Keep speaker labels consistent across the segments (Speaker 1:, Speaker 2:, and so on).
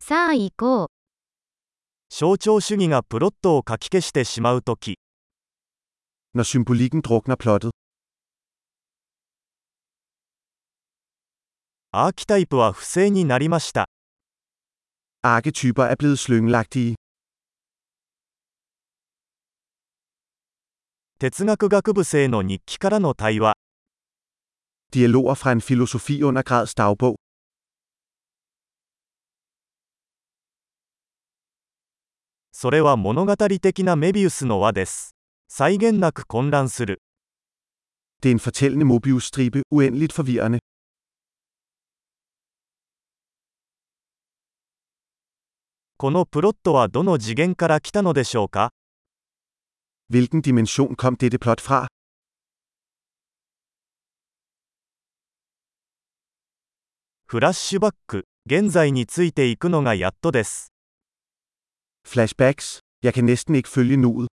Speaker 1: さあ行こう。
Speaker 2: 象徴主義がプロットを書き消してしまうとき、
Speaker 3: Når symbolikken drukner plottet.
Speaker 2: アーキタイプは不正になりました。
Speaker 3: Arketyper er blevet slyngelagtige.
Speaker 2: 哲学学部生の日記からの対話、
Speaker 3: Dialoger fra en filosofiundergrads dagbog.
Speaker 2: それは物語的なメビウスの輪です。際限なく混乱する。
Speaker 3: Det er en fortællende Mobius-stribe, uendeligt forvirrende.
Speaker 2: このプロットはどの次元から来たのでしょうか
Speaker 3: Hvilken dimension kom dette plot fra?
Speaker 2: フラッシュバック、現在についていくのがやっとです。
Speaker 3: Flashbacks. Jeg kan næsten ikke følge nuet.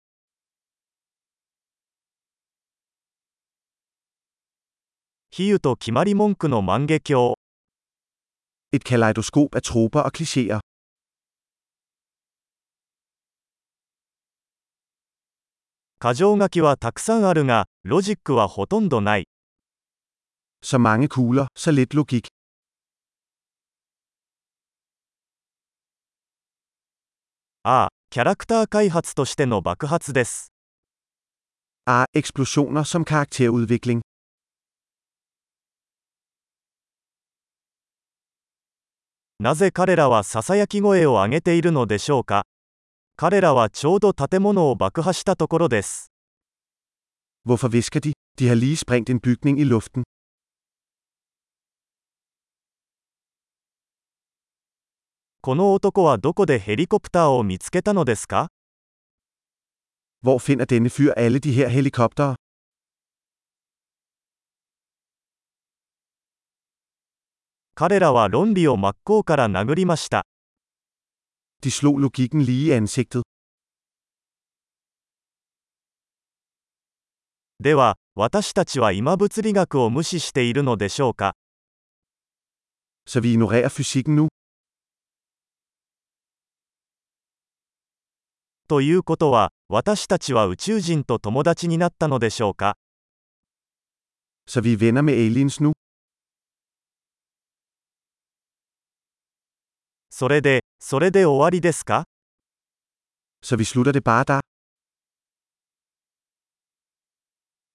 Speaker 2: 比喩と決まり文句の万華鏡、
Speaker 3: Et kaleidoskop af troper og klichéer.
Speaker 2: 箇条書きはたくさんあるが、ロジックはほとんどない。
Speaker 3: Så mange kugler, så lidt logik.
Speaker 2: ああ、キャラクター開発としての爆発です。
Speaker 3: Ah, eksplosioner som karakterudvikling.
Speaker 2: なぜ彼らはささやき声を上げているのでしょうか彼らはちょうど建物を爆破したところです。
Speaker 3: Hvorfor visker de? De har lige sprængt en bygning i luften.
Speaker 2: この男はどこでヘリコプターを見つけたのですか
Speaker 3: Hvor finder denne fyr alle de her helikoptere?
Speaker 2: 彼らは論理を真っ向から殴りました。
Speaker 3: De slog logikken lige i ansigtet.
Speaker 2: では、私たちは今物理学を無視しているのでしょうか
Speaker 3: Så vi ignorerer fysikken nu?
Speaker 2: ということは、私たちは宇宙人と友達になったのでしょうか
Speaker 3: Så vi er venner med aliens nu?
Speaker 2: それで、それで終わりですか
Speaker 3: Så vi slutter det bare der?